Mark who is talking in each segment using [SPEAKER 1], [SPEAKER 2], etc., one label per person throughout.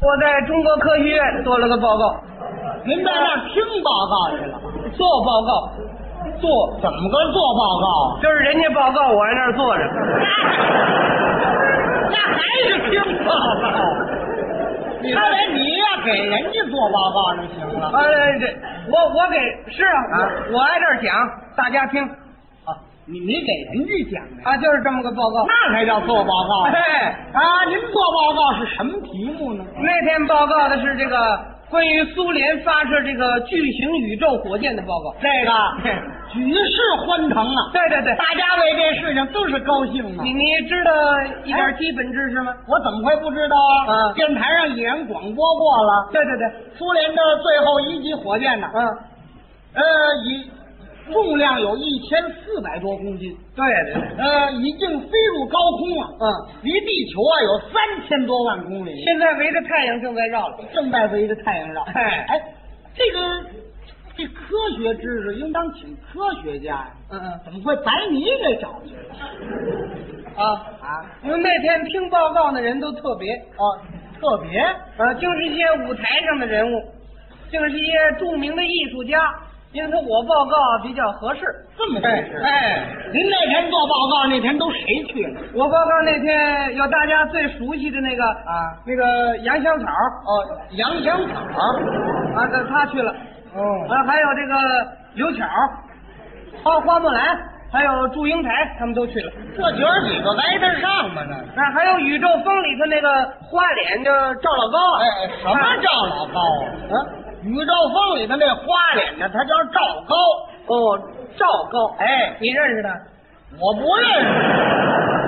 [SPEAKER 1] 我在中国科学院做了个报告，
[SPEAKER 2] 您在那儿听报告去了吗？
[SPEAKER 1] 做报告，做
[SPEAKER 2] 怎么个做报告啊？
[SPEAKER 1] 就是人家报告，我在那儿坐着。
[SPEAKER 2] 那还是听报告。看来你呀给人家做报告就行了。
[SPEAKER 1] 啊，这我我给是啊，我我挨这儿讲，大家听
[SPEAKER 2] 啊，你你给人家讲的呀，
[SPEAKER 1] 啊，就是这么个报告。哎
[SPEAKER 2] 那才叫做报告啊！
[SPEAKER 1] 嘿，
[SPEAKER 2] 啊您做报告是什么题目呢？
[SPEAKER 1] 那天报告的是这个关于苏联发射这个巨型宇宙火箭的报告。
[SPEAKER 2] 这个举世欢腾啊！
[SPEAKER 1] 对对对，
[SPEAKER 2] 大家为这事情都是高兴啊
[SPEAKER 1] 你！你知道一点基本知识吗？
[SPEAKER 2] 我怎么会不知道啊？
[SPEAKER 1] 嗯
[SPEAKER 2] 电台上已然广播过了，
[SPEAKER 1] 对对对，
[SPEAKER 2] 苏联的最后一级火箭呢，
[SPEAKER 1] 嗯，
[SPEAKER 2] 呃，以重量有一千四百多公斤，
[SPEAKER 1] 对对，
[SPEAKER 2] 呃，已经飞入高空了，
[SPEAKER 1] 嗯，
[SPEAKER 2] 离地球啊有三千多万公里，
[SPEAKER 1] 现在围着太阳正在绕了。
[SPEAKER 2] 正在围着太阳绕。
[SPEAKER 1] 哎
[SPEAKER 2] 哎，这个这科学知识应当请科学家呀，
[SPEAKER 1] 嗯嗯
[SPEAKER 2] 怎么会把你给找去了
[SPEAKER 1] 啊，
[SPEAKER 2] 啊？
[SPEAKER 1] 因为那天听报告的人都特别，
[SPEAKER 2] 哦，特别
[SPEAKER 1] 呃，就是一些舞台上的人物，就是一些著名的艺术家，因此我报告啊比较合适。
[SPEAKER 2] 这么回
[SPEAKER 1] 哎
[SPEAKER 2] 事。
[SPEAKER 1] 哎，
[SPEAKER 2] 您那天做报告那天都谁去了？
[SPEAKER 1] 我报告那天有大家最熟悉的那个
[SPEAKER 2] 啊，
[SPEAKER 1] 那个杨香草
[SPEAKER 2] 哦，杨香草。
[SPEAKER 1] 啊，他他去了，
[SPEAKER 2] 哦，
[SPEAKER 1] 啊，还有这个刘巧，哦花花木兰，还有祝英台，他们都去了。
[SPEAKER 2] 这姐儿几个挨得上吗？那
[SPEAKER 1] 啊，还有宇宙风里头那个花脸的赵老高啊，
[SPEAKER 2] 哎，什么赵老高啊？
[SPEAKER 1] 啊？
[SPEAKER 2] 宇宙风里的那花脸呢，他叫赵高。
[SPEAKER 1] 哦，赵高，
[SPEAKER 2] 哎，
[SPEAKER 1] 你认识他？
[SPEAKER 2] 我不认识，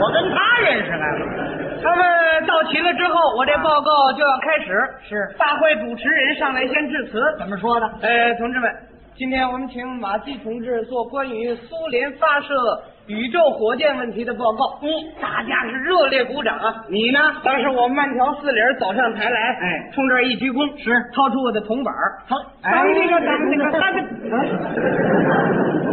[SPEAKER 2] 我跟他认识来了。
[SPEAKER 1] 他们到齐了之后，我这报告就要开始。
[SPEAKER 2] 啊是
[SPEAKER 1] 大会主持人上来先致辞。
[SPEAKER 2] 怎么说的？
[SPEAKER 1] 呃，同志们，今天我们请马季同志做关于苏联发射宇宙火箭问题的报告。嗯，大家是热烈鼓掌啊！
[SPEAKER 2] 你呢？
[SPEAKER 1] 当时我慢条斯理儿走上台来，
[SPEAKER 2] 哎
[SPEAKER 1] 冲这儿一鞠躬，
[SPEAKER 2] 是
[SPEAKER 1] 掏出我的铜板儿，
[SPEAKER 2] 他
[SPEAKER 1] 当这
[SPEAKER 2] 啊
[SPEAKER 1] 个当这个当这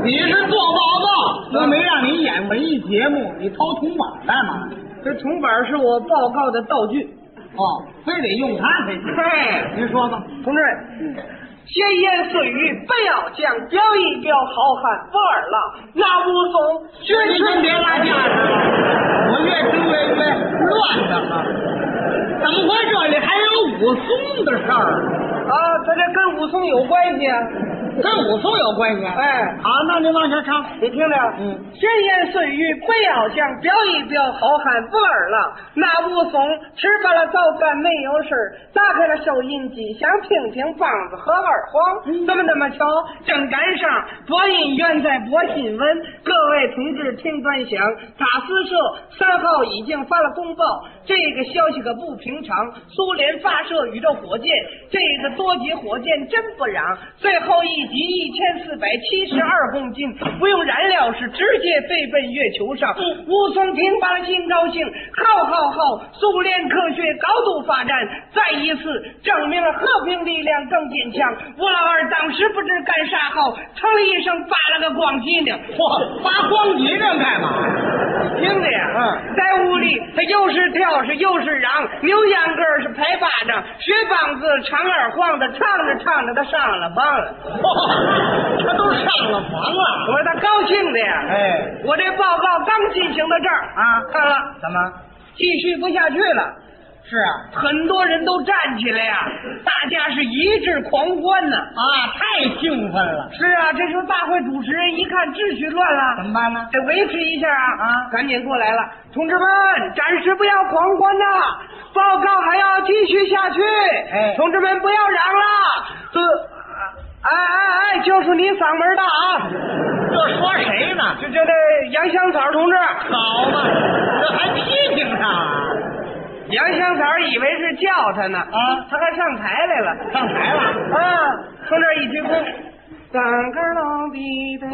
[SPEAKER 2] 你是做报告，又没让你演文艺节目，你掏铜板干嘛？
[SPEAKER 1] 这铜板儿是我报告的道具。
[SPEAKER 2] 哦，非得用它才行。
[SPEAKER 1] 嘿。
[SPEAKER 2] 您说吧。
[SPEAKER 1] 同志们，闲言碎语不要讲，表一表好汉武二郎，那武松学学
[SPEAKER 2] 别拉架子了，我越听越越乱的了。怎么回事？里还有武松的事儿，
[SPEAKER 1] 啊，他这跟武松有关系啊！
[SPEAKER 2] 跟武松有关系？啊
[SPEAKER 1] 哎
[SPEAKER 2] 好，那您往下唱。
[SPEAKER 1] 你听着，
[SPEAKER 2] 嗯，
[SPEAKER 1] 闲言碎语不要讲，表一表好汉武二郎，那武松吃罢了早饭没有事儿打开了收音机，想听听梆子和二黄。怎么这么巧？正赶上播音员在播新闻，各位同志听端详，塔斯社三号已经发了公报，这个消息可不平常。苏联发射宇宙火箭，这个多级火箭真不嚷，最后一级一千四百七十二公斤，不用燃料是直接飞奔月球上。武松听罢了心高兴，好好好，苏联科学高度发展，再一次证明了和平力量更坚强。吴老二当时不知干啥好，腾的一声扒了个光脊呢。
[SPEAKER 2] 嚯，扒光脊梁干嘛呀？
[SPEAKER 1] 听着呀，
[SPEAKER 2] 嗯，
[SPEAKER 1] 在屋里他又是跳是又是嚷，扭秧歌儿是拍巴掌，学梆子长二晃的，唱着唱着他上了房了。
[SPEAKER 2] 嚯，他都上了房了。
[SPEAKER 1] 我说他高兴的呀，
[SPEAKER 2] 哎，
[SPEAKER 1] 我这报告刚进行到这儿
[SPEAKER 2] 啊
[SPEAKER 1] 看了
[SPEAKER 2] 怎么？
[SPEAKER 1] 继续不下去了，
[SPEAKER 2] 是啊，
[SPEAKER 1] 很多人都站起来呀，大家是一致狂欢呢。
[SPEAKER 2] 啊，太兴奋了。
[SPEAKER 1] 是啊，这时候大会主持人一看秩序乱了，
[SPEAKER 2] 怎么办呢？
[SPEAKER 1] 得维持一下啊
[SPEAKER 2] 啊
[SPEAKER 1] 赶紧过来了，同志们，暂时不要狂欢呐、报告还要继续下去。
[SPEAKER 2] 哎
[SPEAKER 1] 同志们不要嚷了，这，哎哎哎，就是你嗓门大啊！
[SPEAKER 2] 这说谁呢？
[SPEAKER 1] 就这这杨香草同志，
[SPEAKER 2] 好嘛，这还批评他啊？
[SPEAKER 1] 杨香草以为是叫他呢，
[SPEAKER 2] 啊
[SPEAKER 1] 他还上台来了，
[SPEAKER 2] 上台了。
[SPEAKER 1] 啊，从这儿一鞠躬，三根老地灯，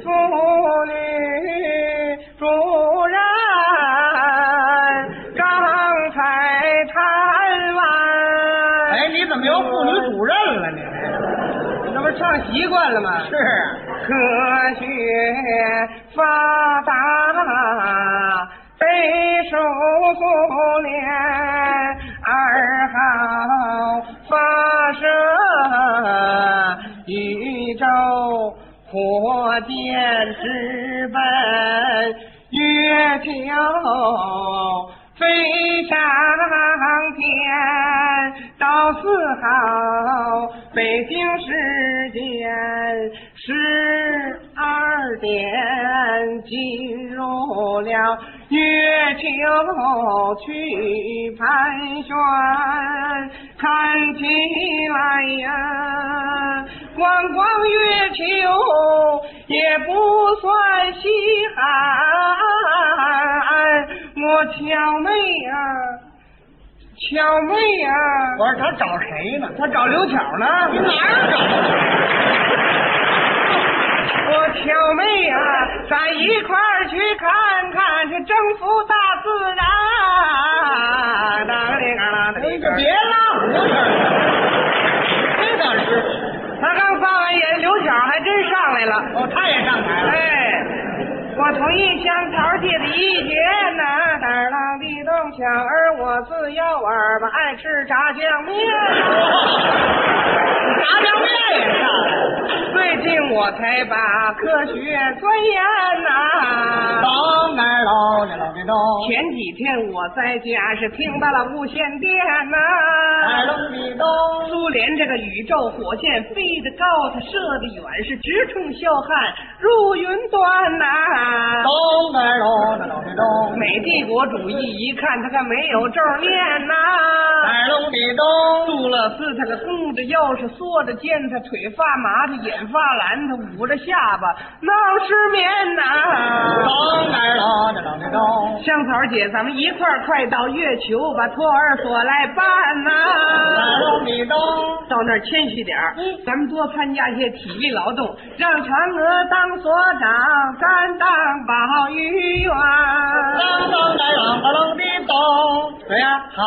[SPEAKER 1] 妇女主人，刚才谈完，
[SPEAKER 2] 哎，你怎么又妇女主任了？你
[SPEAKER 1] 那不是唱习惯了吗？
[SPEAKER 2] 是啊。
[SPEAKER 1] 科学发达，备受苏联二禹州火箭直奔月球。飞上天，到四号，北京时间十二点，进入了月球去盘旋，看起来呀，逛逛月球也不算稀罕，我巧妹呀、巧妹呀、
[SPEAKER 2] 我说他找谁呢？
[SPEAKER 1] 他找刘巧呢？
[SPEAKER 2] 你哪儿找？
[SPEAKER 1] 我巧妹呀、咱一块儿去看看，去征服大自然。哒个哩嘎啦的哩
[SPEAKER 2] 你
[SPEAKER 1] 个
[SPEAKER 2] 哎别拉胡去了，这倒是。
[SPEAKER 1] 他刚发完言，刘巧还真上来了。
[SPEAKER 2] 哦，他也上台了。
[SPEAKER 1] 哎，我同意香桃姐的意见呐、胆儿大地动小儿我自幼儿吧，爱吃炸酱面。
[SPEAKER 2] 炸酱面也上来了。
[SPEAKER 1] 最近我才把科学钻研呐、
[SPEAKER 2] 到哪儿喽？哪儿喽？
[SPEAKER 1] 前几天我在家是听到了无线电呐、
[SPEAKER 2] 哪儿喽？里喽？
[SPEAKER 1] 苏联这个宇宙火箭飞得高，它射得远，是直冲霄汉入云端呐、
[SPEAKER 2] 到哪儿喽？哪儿喽？
[SPEAKER 1] 美帝国主义一看他可没有正面呐、
[SPEAKER 2] 哪儿喽？里喽？
[SPEAKER 1] 杜勒斯他个弓着腰是缩着肩，他腿发麻，他眼发蓝，他捂着下巴闹失眠呐、
[SPEAKER 2] 到哪儿喽？哪儿喽？
[SPEAKER 1] 香草姐，咱们一块儿快到月球吧，托儿所来办呐、
[SPEAKER 2] 哪儿喽？里喽？
[SPEAKER 1] 到那儿谦虚点儿，咱们多参加一些体力劳动，让嫦娥当所长，咱当保育员。
[SPEAKER 2] 当当当啷吧啷的咚，怎样？好，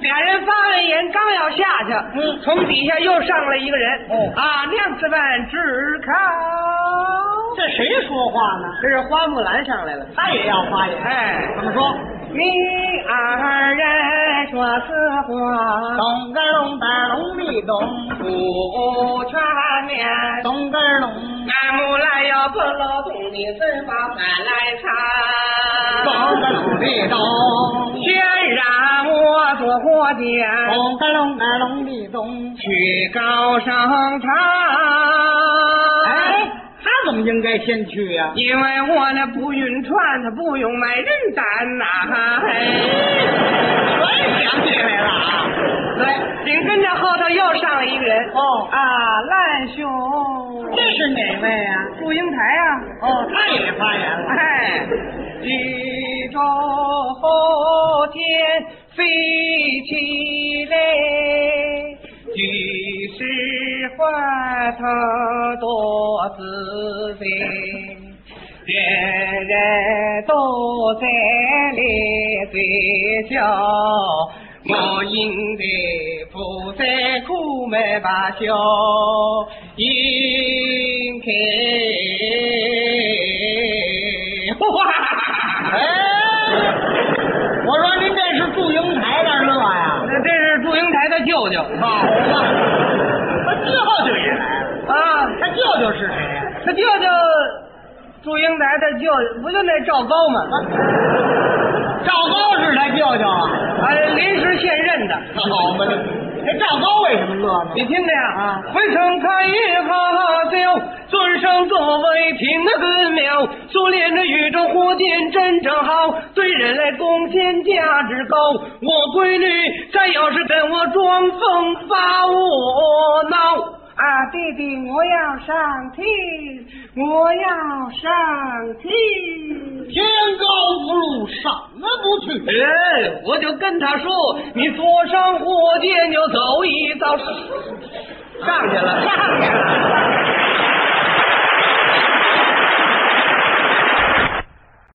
[SPEAKER 1] 俩人发完言，刚要下去，
[SPEAKER 2] 嗯
[SPEAKER 1] 从底下又上来一个人，
[SPEAKER 2] 哦
[SPEAKER 1] 啊，娘子们只考，
[SPEAKER 2] 这谁说话呢？
[SPEAKER 1] 这是花木兰上来了，
[SPEAKER 2] 他也要发言。
[SPEAKER 1] 哎，
[SPEAKER 2] 怎么说？
[SPEAKER 1] 你二人说此话
[SPEAKER 2] 咚个隆哒隆的咚，
[SPEAKER 1] 不全面，
[SPEAKER 2] 咚个隆，
[SPEAKER 1] 俺木兰要不劳动，你怎么反来缠？
[SPEAKER 2] 咚个隆的咚，
[SPEAKER 1] 先让我做火箭。
[SPEAKER 2] 咚个隆哒隆的咚。
[SPEAKER 1] 去高声唱。
[SPEAKER 2] 哎，，他怎么应该先去呀、
[SPEAKER 1] 因为我那不晕船，它不用买人单呐、嘿
[SPEAKER 2] 全想起来了啊！
[SPEAKER 1] 来，紧跟着后头又上了一个人。
[SPEAKER 2] 哦
[SPEAKER 1] 啊，烂兄，
[SPEAKER 2] 这是哪位啊？
[SPEAKER 1] 祝英台啊，
[SPEAKER 2] 哦，他也发言了。
[SPEAKER 1] 哎，宇宙后天飞起来，举世欢腾多姿彩，人人都在来追求。我应该不再苦闷罢休，应 该。
[SPEAKER 2] 哎，我说您这是祝英台那儿乐呀？
[SPEAKER 1] 那这是祝英台的舅舅
[SPEAKER 2] 好嘛，他舅舅也来了，
[SPEAKER 1] 啊，
[SPEAKER 2] 他舅舅是谁呀、
[SPEAKER 1] 他舅舅祝英台的舅舅不就那赵高吗？
[SPEAKER 2] 赵高是他舅舅啊？
[SPEAKER 1] 啊，临时现任的。
[SPEAKER 2] 好嘛，这赵高为什么乐呢？
[SPEAKER 1] 你听着呀，
[SPEAKER 2] 啊
[SPEAKER 1] 回城看一哈酒，尊上座位听得更妙。苏联的宇宙火箭真正好，对人类贡献价值高。我闺女再要是跟我装疯把我闹啊，弟弟，我要上天，我要上天。
[SPEAKER 2] 天高不路，上啊不去。
[SPEAKER 1] 哎，我就跟他说，你 坐上火箭就走一遭，上去了，上去了。